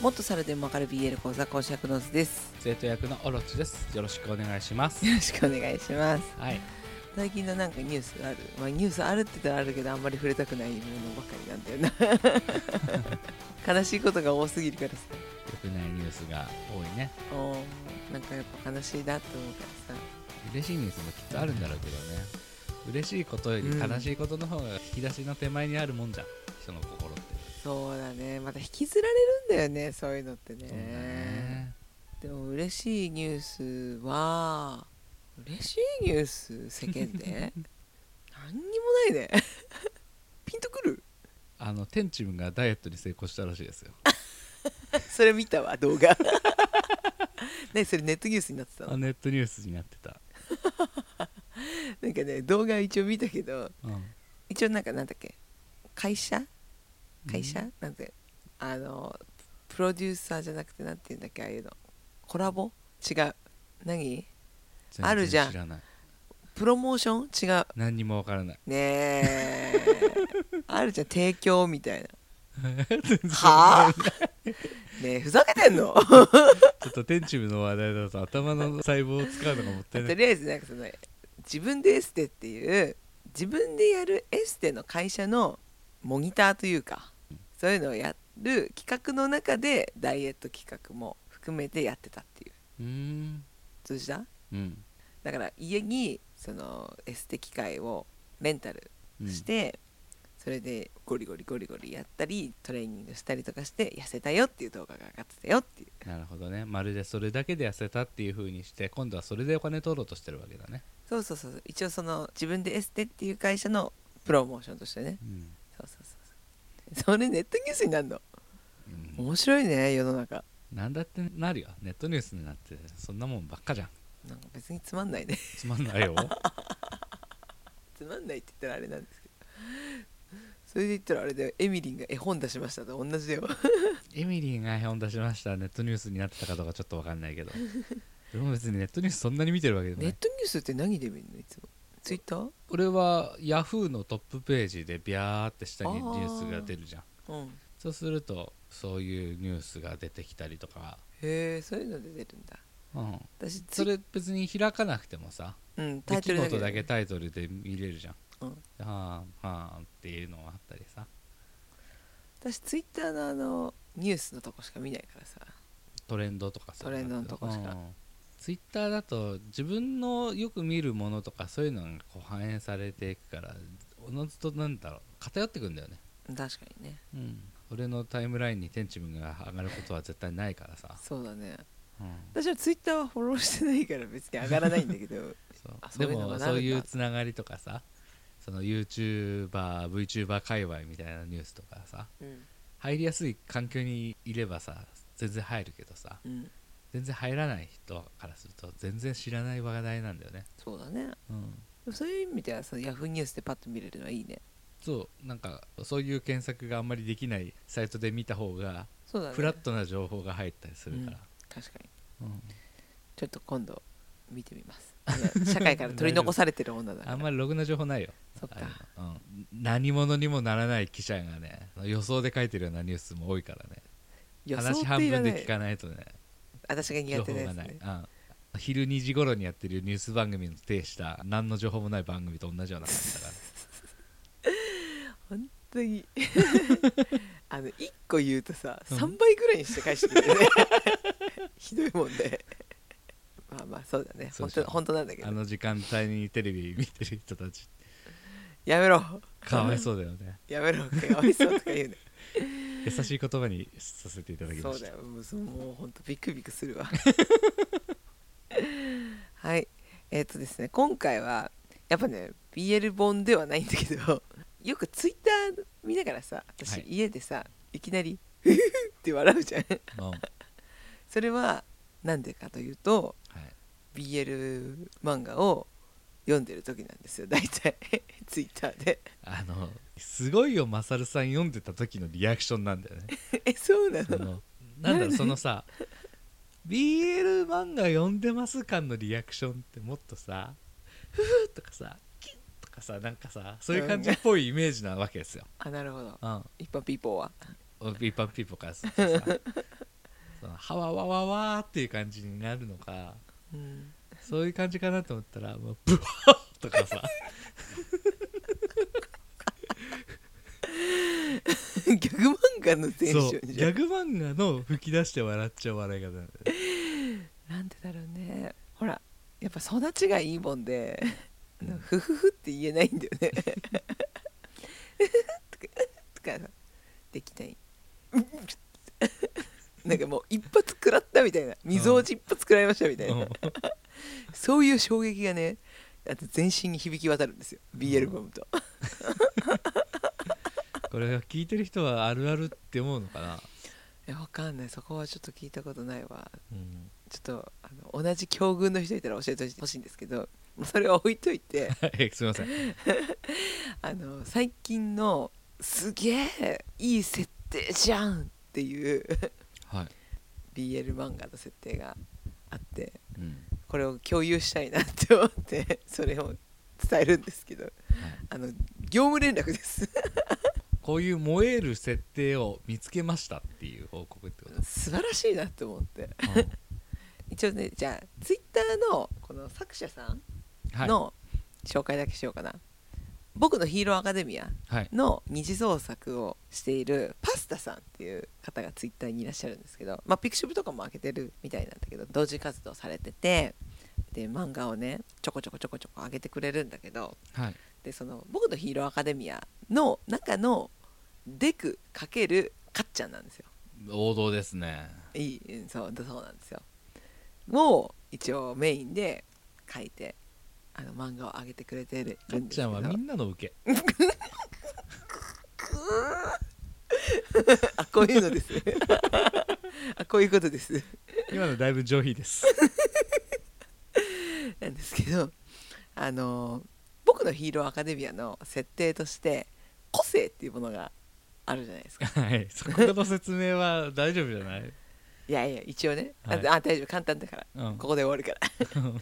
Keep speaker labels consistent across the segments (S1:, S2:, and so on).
S1: もっと猿でもわかる BL 講座講師役の図です
S2: 生徒役のオロチですよろしくお願いします
S1: よろしくお願いします
S2: はい
S1: 最近のなんかニュースあるまあニュースあるって言ったらあるけどあんまり触れたくないものばかりなんだよな 悲しいことが多すぎるからさ
S2: 良くないニュースが多いね
S1: おーなんかやっぱ悲しいなって思うからさ
S2: 嬉しいニュースもきっとあるんだろうけどね嬉しいことより悲しいことの方が引き出しの手前にあるもんじゃん、人の心って
S1: そうだねまた引きずられるんだよねそういうのってね
S2: そうだね
S1: でも嬉しいニュースは嬉しいニュース世間 で何にもないね ピンとくる
S2: あのテンチムがダイエットに成功したらしいですよ
S1: それ見たわ動画 ねそれネットニュースになってたの
S2: あネットニュースになってた、
S1: なんかね動画一応見たけど
S2: うん、
S1: 一応なんかなんだっけ会社会社、なんてあのプロデューサーじゃなくてなんて言うんだっけああいうのコラボ違う何
S2: 全然
S1: あるじゃん
S2: 知らない
S1: プロモーション違う
S2: 何にも わからない
S1: ねえあるじゃん提供みたいな
S2: 全然
S1: はあ ねえふざけてんの
S2: ちょっと天チムの話題だと頭の細胞を使うのがもったいな
S1: と
S2: い
S1: りあえずなんかその自分でエステっていう自分でやるエステの会社のモニターというかそういうのをやる企画の中でダイエット企画も含めてやってたっていう
S2: うーん
S1: 通じた
S2: うん
S1: だから家にそのエステ機械をレンタル
S2: うん
S1: して、それでゴリゴリゴリゴリやったりトレーニングしたりとかして痩せたよっていう動画が上がってたよっていう
S2: なるほどねまるでそれだけで痩せたっていう風にして今度はそれでお金取ろうとしてるわけだね、
S1: そうそうそうそう一応その自分でエステっていう会社のプロモーションとしてね
S2: うん
S1: そうそうそうそうそれネットニュースになるの面白いね世の中
S2: なんだってなるよネットニュースになってそんなもんばっかじゃん
S1: なんか別につまんないね
S2: つまんない よ
S1: つまんないって言ったらあれなんですけどそれで言ったらあれだよエミリンが絵本出しましたと同じだよ
S2: エミリーが本出しましたネットニュースになってたかどうかちょっとわかんないけ どでも別にネットニュースそんなに見てるわけでも
S1: ネ
S2: な
S1: ッ
S2: い
S1: トニュースって何で見るのいつもツイッター
S2: 俺はヤフーのトップページでビャーって下に
S1: あ
S2: ニ
S1: ー
S2: ュースが出るじゃん
S1: うん
S2: そうするとそういうニュースが出てきたりとか、
S1: へえそういうので出るんだ
S2: うん、
S1: 私
S2: それ別に開かなくてもさ
S1: うんタ
S2: 出
S1: イトルだけ
S2: 来事だけタイトルで見れるじゃん
S1: うん、
S2: はあはあっていうのがあったりさ
S1: 私ツイッターのあのニュースのとこしか見ないからさ
S2: トレンドとかさ
S1: トレンドのとこしか
S2: ツイッターだと自分のよく見るものとかそういうのがこう反映されていくからおのずとなんだろう偏ってくんだよね
S1: 確かにね
S2: うん俺のタイムラインに天チムが上がることは絶対ないからさ、
S1: そうだね
S2: うん、
S1: 私はツイッターはフォローしてないから別に上がらないんだけど
S2: そう
S1: あ そう
S2: で
S1: いうのが
S2: も
S1: なるんだ
S2: そういうつながりとかさその YouTuberVTuber 界隈みたいなニュースとかさ
S1: うん、
S2: 入りやすい環境にいればさ全然入るけどさ
S1: うん、
S2: 全然入らない人からすると全然知らない話題なんだよね、
S1: そうだねで
S2: うん、
S1: もそういう意味ではそのヤフーニュースでパッと見れるのはいいね
S2: そうなんかそういう検索があんまりできないサイトで見た方が
S1: そうだね
S2: フラットな情報が入ったりするから、
S1: 確かに
S2: うん
S1: ちょっと今度見てみます今社会から取り残されてる女だから
S2: あんまりろくな情報ないよ
S1: そっか
S2: あのうん、何者にもならない記者がね予想で書いてるようなニュースも多いからね
S1: 予想
S2: 話
S1: っ
S2: 半
S1: ていら
S2: 分
S1: な
S2: で聞
S1: い
S2: かないとね
S1: 私が
S2: 情
S1: 苦手
S2: 報
S1: なや
S2: が
S1: つ
S2: ない、
S1: ね
S2: うん昼2時頃にやってるニュース番組の呈した何の情報もない番組と同じような感じだから
S1: 本当に あの1個言うとさ
S2: うん
S1: 3倍ぐらいにして返してくるよね ひどいもんでまあまあそうだね
S2: そ
S1: 本
S2: うでしょ
S1: 当本当なんだけ
S2: あ
S1: ど
S2: の時間帯にテレビ見てる人たち
S1: やめろ
S2: かわいそうだよね
S1: やめろかわいそうとか言うね
S2: 優しい言葉にさせていただきま
S1: そう
S2: した
S1: だよもうそうもう本当ビクビクするわはいえっ、とですね今回はやっぱね BL 本ではないんだけどよくツイッター見ながらさ私、
S2: はい
S1: 家でさいきなり「ふふふ」って笑うじゃん
S2: うんはい
S1: それはなんでかというと BL 漫画を読んでる時なんですよ大体ツイッターで
S2: あのすごいよマサルさん読んでた時のリアクションなんだよね
S1: えそうな
S2: そ
S1: の
S2: のなんだろうそのさ BL 漫画読んでます感のリアクションってもっとさフフとかさキュッとかさなんかさそういう感じっぽいイメージなわけですよ、
S1: あなるほど
S2: うん、
S1: 一般ピーポーは
S2: 一般ピーポーからするとさそのはわわわわーっていう感じになるのか
S1: うん
S2: そういう感じかなと思ったら もうブワーとかさ
S1: ギャグ漫画の
S2: そう
S1: 選手
S2: ギャグ漫画の吹き出して笑っちゃう笑い方なんだよ
S1: なんでだろうねほらやっぱ育ちがいいもんで
S2: うん
S1: あのフフフって言えないんだよねフフフとかとかできないなんかもう一発食らったみたいな溝落ち一発食らいましたみたいな、
S2: うん
S1: そういう衝撃がねあと全身に響き渡るんですよ B アルバムと、
S2: これを聞いてる人はあるあるって思うのかな、
S1: いやわかんないそこはちょっと聞いたことないわ
S2: うん
S1: ちょっとあの同じ境遇の人いたら教えてほしいんですけどもうそれは置いといて
S2: はいすいません
S1: あの最近のすげえいい設定じゃんっていう
S2: はい、
S1: BL 漫画の設定があって
S2: うん
S1: これを共有したいなって思ってそれを伝えるんですけど
S2: はい、
S1: あの業務連絡です
S2: こういう燃える設定を見つけましたっていう報告ってこと
S1: 素晴らしいなって思って
S2: うん
S1: 一応ねじゃあツイッターのこの作者さん
S2: はい
S1: の紹介だけしようかな、僕のヒーローアカデミア
S2: はい
S1: の二次創作をしているパスタさんっていう方がツイッターにいらっしゃるんですけど、まあ、ピクシブとかも開けてるみたいなんだけど同時活動されててで漫画をねちょこちょこちょこちょこ上げてくれるんだけど
S2: はい
S1: でその僕のヒーローアカデミアの中のデク×かっちゃんなんですよ。
S2: 王道ですね
S1: いいうんそうそうなんですよ。を一応メインで書いてあの漫画を上げてくれてる
S2: かっちゃんは
S1: るですけど
S2: みんなの受け
S1: あこういうのです。 あこういうことです。
S2: 今のだいぶ上品です
S1: なんですけど、あの僕のヒーローアカデミアの設定として個性っていうものがあるじゃないです か。
S2: はいそこの説明は大丈夫じゃない
S1: いやいや一応ね、あ
S2: はい
S1: あ大丈夫簡単だから、
S2: うん
S1: ここで終わるから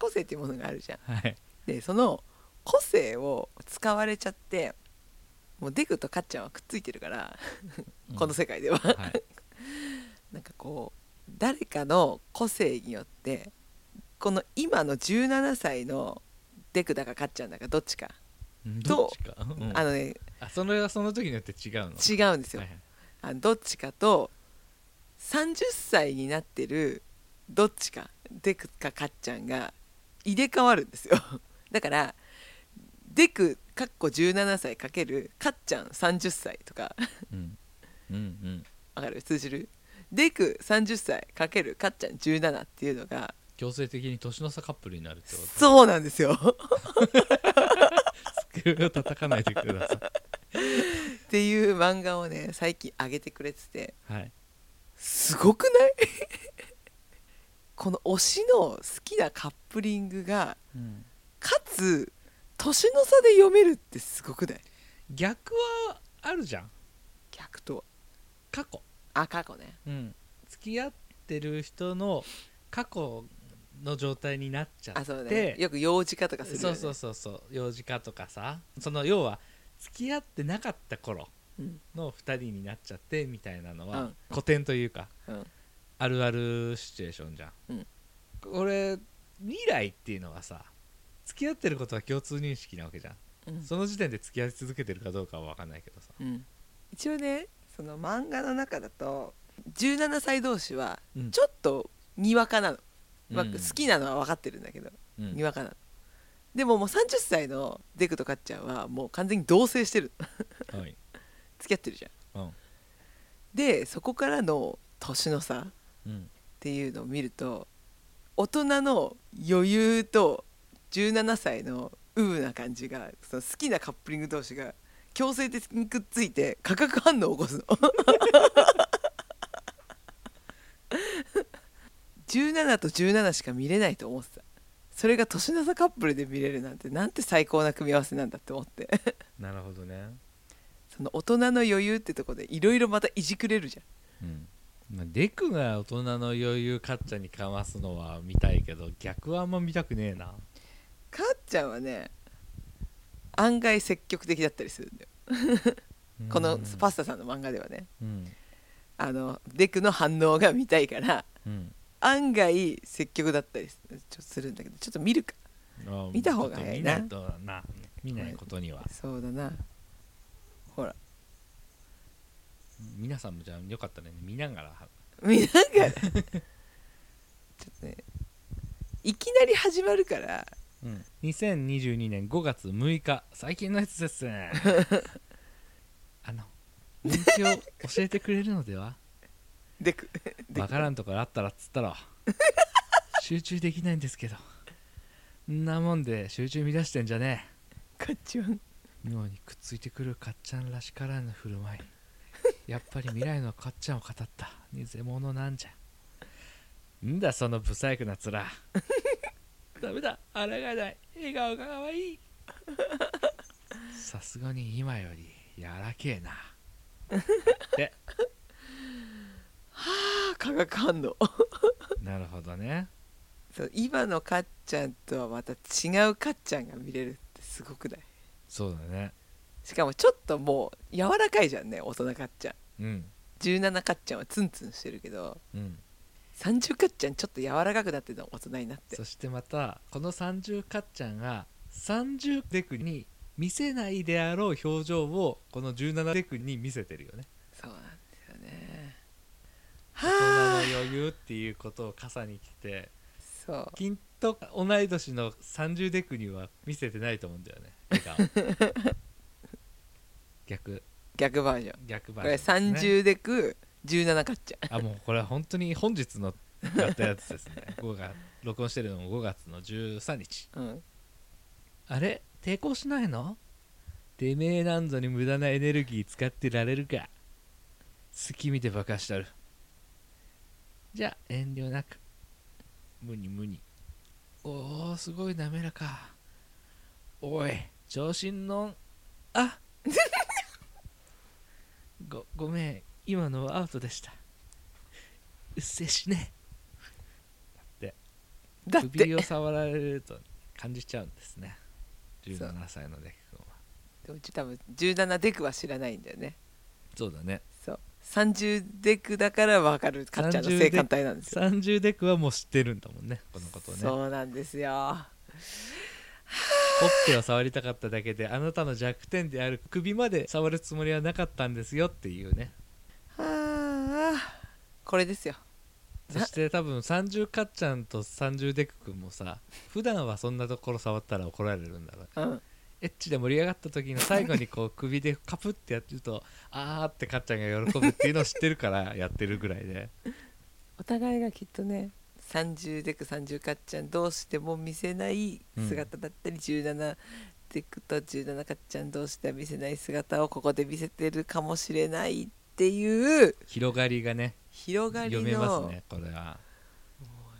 S1: 個性っていうものがあるじゃん。
S2: はい
S1: でその個性を使われちゃって、もうデクとカッちゃんはくっついてるから、この世界では、
S2: うんはい
S1: なんかこう誰かの個性によってこの今の17歳のデクだかカッちゃんだかどっちか、
S2: うん
S1: と
S2: どっちかうん
S1: あのね
S2: あそれはその時によって違うの
S1: 違うんですよ、
S2: はいはい
S1: あのどっちかと30歳になってるどっちかデクかカッちゃんが入れ替わるんですよ だからデクかっこ17歳かけるカッちゃん30歳とか
S2: うんうんうん
S1: わかる通じるデク30歳かけるカッちゃん17っていうのが
S2: 強制的に年の差カップルになるってこと
S1: そうなんですよ
S2: 机を叩かないでくださ
S1: っていう漫画をね最近上げてくれてて
S2: いはい
S1: すごくない この推しの好きなカップリングが
S2: うん
S1: かつ年の差で読めるってすごくない
S2: 逆はあるじゃん
S1: 逆と
S2: 過去
S1: あ過去ね
S2: うん、付き合ってる人の過去の状態になっちゃって
S1: あそうねよく幼児化とかするよ、
S2: そ
S1: ね、
S2: うそうそうそう幼児化とかさその要は付き合ってなかった頃
S1: うん
S2: の2人になっちゃってみたいなのは、
S1: うん
S2: 古典というか
S1: うん
S2: あるあるシチュエーションじゃん、
S1: うん
S2: これ未来っていうのはさ付き合ってることは共通認識なわけじゃん、
S1: うん
S2: その時点で付き合い続けてるかどうかは分かんないけどさ、
S1: うん一応ねその漫画の中だと17歳同士は
S2: うん
S1: ちょっとにわかなの、まあ
S2: うん
S1: 好きなのは分かってるんだけど、
S2: うん
S1: にわかなのでももう30歳のデクとカッちゃんはもう完全に同棲してる
S2: はい
S1: 付き合ってるじゃん
S2: うん
S1: でそこからの年の差
S2: うん
S1: っていうのを見ると大人の余裕と17歳のウブな感じがその好きなカップリング同士が強制的にくっついて化学反応を起こすの 17と17しか見れないと思ってたそれが年の差カップルで見れるなんてなんて最高な組み合わせなんだって思って
S2: なるほどね
S1: その大人の余裕ってとこでいろいろまたいじくれるじゃん
S2: うんまあ、デクが大人の余裕カッチャにかますのは見たいけど逆はあんま見たくねえな
S1: かっちゃんはね案外積極的だったりするんだよこのパ
S2: ス、
S1: スタさんの漫画ではね
S2: うん
S1: あのデクの反応が見たいから
S2: うん
S1: 案外積極だったりすちょするんだけどちょっと見るか
S2: あ
S1: 見た方が早いな
S2: ちょっと見ないとな見ないことには
S1: そうだなほら
S2: 皆さんもじゃあよかったらね見ながら
S1: 見ながらちょっとねいきなり始まるから
S2: うん、2022年5月6日最近のやつです ねあの運気を教えてくれるのでは
S1: デクデ
S2: わ
S1: ク
S2: からんところあったらっつった ら集中できないんですけどんなもんで集中乱してんじゃね
S1: カッチュン
S2: え妙にくっついてくるかっちゃんらしからぬ振る舞い やっぱり未来のかっちゃんを語った偽物なんじゃんだその不細工な面 ダメだ抗えない笑顔が可愛い さすがに今よりやらけえ なで
S1: あー化学反応
S2: なるほどね
S1: そう今のカッちゃんとはまた違うカッちゃんが見れるってすごくない
S2: そうだね
S1: しかもちょっともう柔らかいじゃんね大人カッちゃん
S2: うん
S1: 17カッちゃんはツンツンしてるけど
S2: うん
S1: 30カッちゃんちょっと柔らかくなってるの大人になって
S2: そしてまたこの三十かっちゃんが30デクに見せないであろう表情をこの17デクに見せてるよね
S1: そうなんですよね
S2: 大人
S1: はあ
S2: の余裕っていうことを傘に来て
S1: そう
S2: きっと同い年の30デクには見せてないと思うんだよね笑顔 逆
S1: 逆バージョン
S2: 逆バ
S1: こ
S2: ージョ
S1: れ
S2: ンですね
S1: 30でく17カッちゃん
S2: あもうこれは本当に本日のやったやつですね5月録音してるのも5月の13日
S1: うん、
S2: あれ抵抗しないのてめえなんぞに無駄なエネルギー使ってられるか隙見て化かしたるじゃあ遠慮なく無に無におおすごい滑らかおい調子んのんあ ごごめん今のはアウトでしたうっせえしね
S1: だって
S2: 首を触られると感じちゃうんですね
S1: そ
S2: 17
S1: う
S2: 歳のデク君は
S1: でも多分17デクは知らないんだよね
S2: そうだね
S1: そう30デクだから分かるカッちゃんの性感帯なんですよ
S2: 30デクはもう知ってるんだもんねこのことをねほっ
S1: そうなんですよ
S2: ぺを触りたかっただけであなたの弱点である首まで触るつもりはなかったんですよっていうね
S1: はあこれですよ
S2: そして多分30かっちゃんと30デク君もさ普段はそんなところ触ったら怒られるんだろう
S1: うん
S2: エッチで盛り上がった時の最後にこう首でカプってやってると あーってかっちゃんが喜ぶっていうのを知ってるからやってるぐらいで
S1: お互いがきっとね30デク30カッちゃん同士でも見せない姿だったり、17デクと17カッちゃん同士では見せない姿をここで見せてるかもしれないっていう
S2: 広がりがね
S1: 広がり
S2: 読めます
S1: の
S2: ねこれは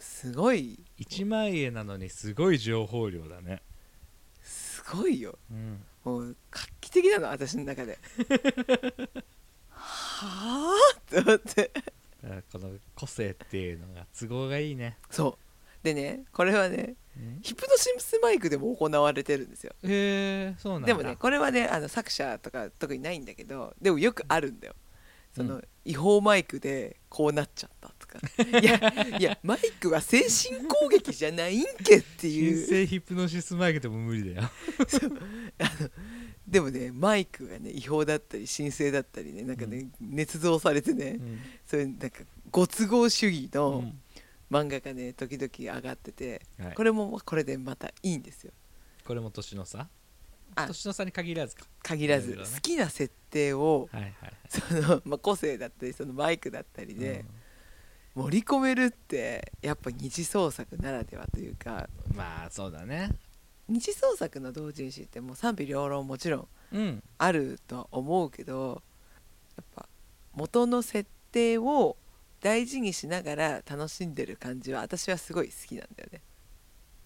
S1: すごい
S2: 一枚絵なのにすごい情報量だね
S1: すごいよ
S2: うん
S1: もう画期的なの私の中ではあって思って
S2: だからこの個性っていうのが都合がいいね、
S1: そうでねこれはねヒプノシスマイクでも行われてるんですよ
S2: へえそうなんだ
S1: でもねこれはねあの作者とか特にないんだけどでもよくあるんだよその、
S2: う
S1: 違法マイクでこうなっちゃったと かいやいやマイクは精神攻撃じゃないんけって
S2: 新
S1: いう
S2: 生ヒプノシスマイクでも無理だよ
S1: でもねマイクがね違法だったり神聖だったりねなんかね、捏造されてね、
S2: うん
S1: そういうなんかご都合主義
S2: う
S1: の
S2: ん
S1: 漫画がね時々上がってて、
S2: はい
S1: これもこれでまたいいんですよ
S2: これも年の差
S1: あ
S2: 年の差に限らずか
S1: 限らず、
S2: いろいろね
S1: 好きな設定を
S2: はいはいはい
S1: その、まあ、個性だったりそのマイクだったりで、盛り込めるってやっぱ二次創作ならではというか
S2: うんまあそうだね
S1: 二次創作の同人誌ってもう賛否両論もちろん
S2: うん
S1: あるとは思うけどやっぱ元の設定を大事にしながら楽しんでる感じは私はすごい好きなんだよね。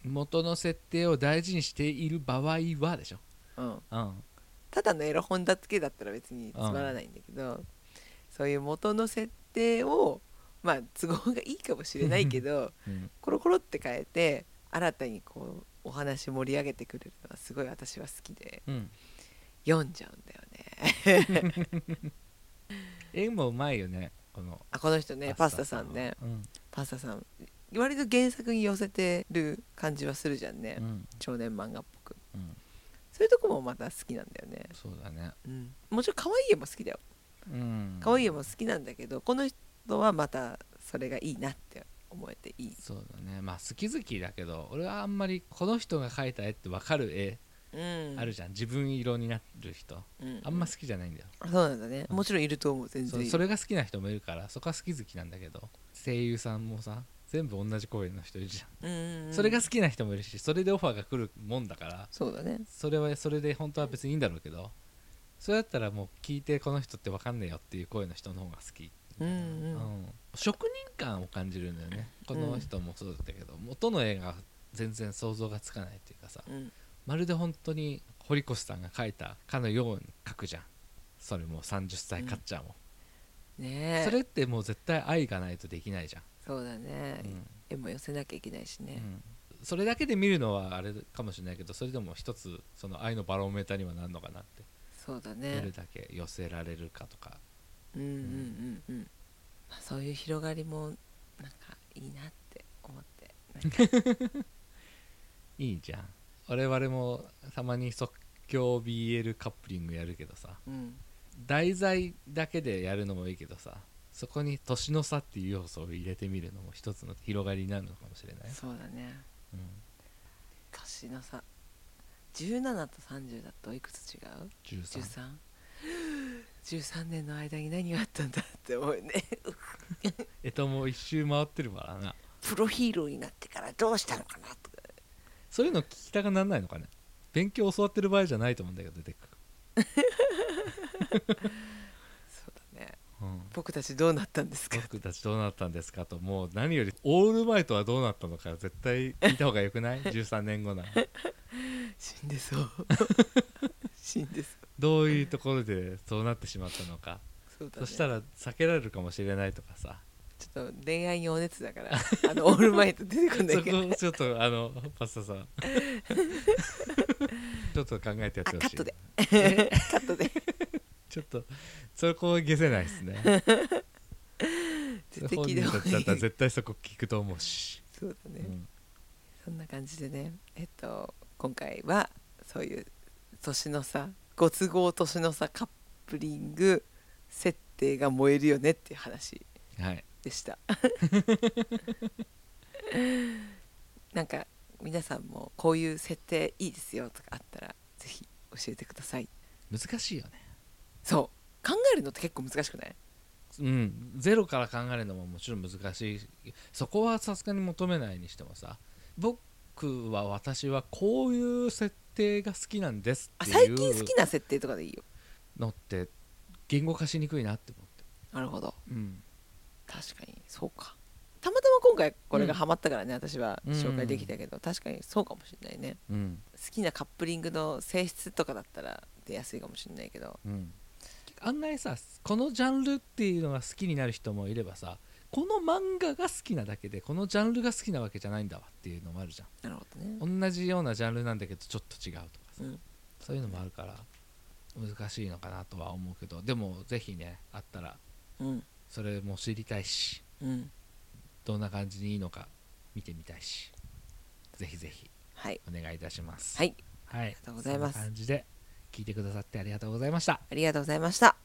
S2: 元の設定を大事にしている場合はでしょ
S1: うん、
S2: うん
S1: ただのエロ本だけだったら別につまらないんだけど、そういう元の設定をまあ都合がいいかもしれないけど
S2: うん
S1: コロコロって変えて新たにこうお話盛り上げてくれるのはすごい私は好きで
S2: うん
S1: 読んじゃうんだよね。
S2: 絵もうまいよねここの
S1: あこの人ねパスタさんね
S2: うん
S1: パスタさん割と原作に寄せてる感じはするじゃんね、
S2: うん
S1: 少年漫画っぽく
S2: うん
S1: そういうとこもまた好きなんだよね、
S2: そうだね
S1: うん、もちろん可愛い絵も好きだよ
S2: うん
S1: 可愛い絵も好きなんだけどこの人はまたそれがいいなって思えていい、
S2: そうだねまあ好き好きだけど俺はあんまりこの人が描いた絵って分かる絵
S1: うん、
S2: あるじゃん、自分色になる人
S1: うん、
S2: あんま好きじゃないんだよ、
S1: そうなんだねもちろんいると思う全
S2: そ
S1: 然
S2: う
S1: いる
S2: それが好きな人もいるからそこは好き好きなんだけど声優さんもさ全部同じ声の人いるじゃ
S1: う
S2: ん、
S1: んうんうん
S2: それが好きな人もいるしそれでオファーが来るもんだから
S1: そうだね
S2: それはそれで本当は別にいいんだろうけどそれだったらもう聞いてこの人って分かんねえよっていう声の人の方が好き
S1: うんう、
S2: うんん職人感を感じるんだよねこの人もそうだけど、元の絵が全然想像がつかないっていうかさ
S1: うん
S2: まるで本当に堀越さんが描いたかのように描くじゃんそれも30歳かっちゃんも、
S1: ねえ
S2: それってもう絶対愛がないとできないじゃん、
S1: そうだね、
S2: うん
S1: 絵も寄せなきゃいけないしね、
S2: うんそれだけで見るのはあれかもしれないけどそれでも一つその愛のバロメーターにはなるのかなって
S1: そうだ
S2: どれ
S1: ね
S2: だけ寄せられるかとか
S1: うんうんうんうん、まあ、そういう広がりもなんかいいなって思ってなんか
S2: いいじゃん我々もたまに即興 BL カップリングやるけどさ
S1: うん
S2: 題材だけでやるのもいいけどさそこに年の差っていう要素を入れてみるのも一つの広がりになるのかもしれない、
S1: そうだね
S2: うん、
S1: 年の差17と30だといくつ違う
S2: 13
S1: 13 13年の間に何があったんだって思うね
S2: えともう一周回ってるからな
S1: プロヒーローになってからどうしたのかなとか
S2: そういうの聞きたくならないのかね勉強教わってる場合じゃないと思うんだけど出てく
S1: そうだね
S2: うん、
S1: 僕たちどうなったんですか
S2: 僕たちどうなったんですかともう何よりオールマイトはどうなったのか絶対聞いた方がよくない 13年後なら
S1: 死んでそう 死んでそ
S2: どういうところでそうなってしまったのか
S1: うそうだ、
S2: そ
S1: ね、
S2: したら避けられるかもしれないとかさ
S1: ちょっと恋愛にお熱だから あのオールマイト出てこな
S2: そ
S1: いけど
S2: こちょっとあのパスタさん ちょっと考えてやってほしい
S1: あカットで
S2: え
S1: カットで
S2: ちょっとそこは消せないです ね
S1: 絶対聞いた方
S2: 本人たちだっ
S1: が
S2: たら
S1: いい
S2: 絶対そこ聞くと思うし、
S1: そうだね、
S2: うん
S1: そんな感じでねえっと今回はそういう年の差ご都合年の差カップリング設定が燃えるよねっていう話
S2: はい
S1: でした なんか皆さんもこういう設定いいですよとかあったらぜひ教えてください
S2: 難しいよね
S1: そう考えるのって結構難しくない
S2: うん、ゼロから考えるのももちろん難しいしそこはさすがに求めないにしてもさ僕は私はこういう設定が好きなんです
S1: あ
S2: って
S1: 最
S2: いう
S1: 近好きな設定とかでいいよ
S2: のって言語化しにくいなって思って、
S1: なるほど
S2: うん、
S1: 確かにそうかたまたま今回これがハマったからね、私は
S2: うんうん
S1: 紹介できたけど、確かにそうかもしれないね
S2: うん
S1: 好きなカップリングの性質とかだったら出やすいかもしれないけど
S2: うん案外さこのジャンルっていうのが好きになる人もいればさこの漫画が好きなだけでこのジャンルが好きなわけじゃないんだわっていうのもあるじゃ
S1: なるほどね、
S2: ん同じようなジャンルなんだけどちょっと違うとか
S1: う
S2: さ
S1: ん、
S2: そういうのもあるから難しいのかなとは思うけどでもぜひねあったら
S1: うん
S2: それも知りたいし
S1: うん
S2: どんな感じにいいのか見てみたいしぜひぜひ
S1: はい
S2: お願いいたします
S1: はい
S2: はい、あり
S1: がとうございます
S2: 感じで聞いてくださってありがとうございました
S1: ありがとうございました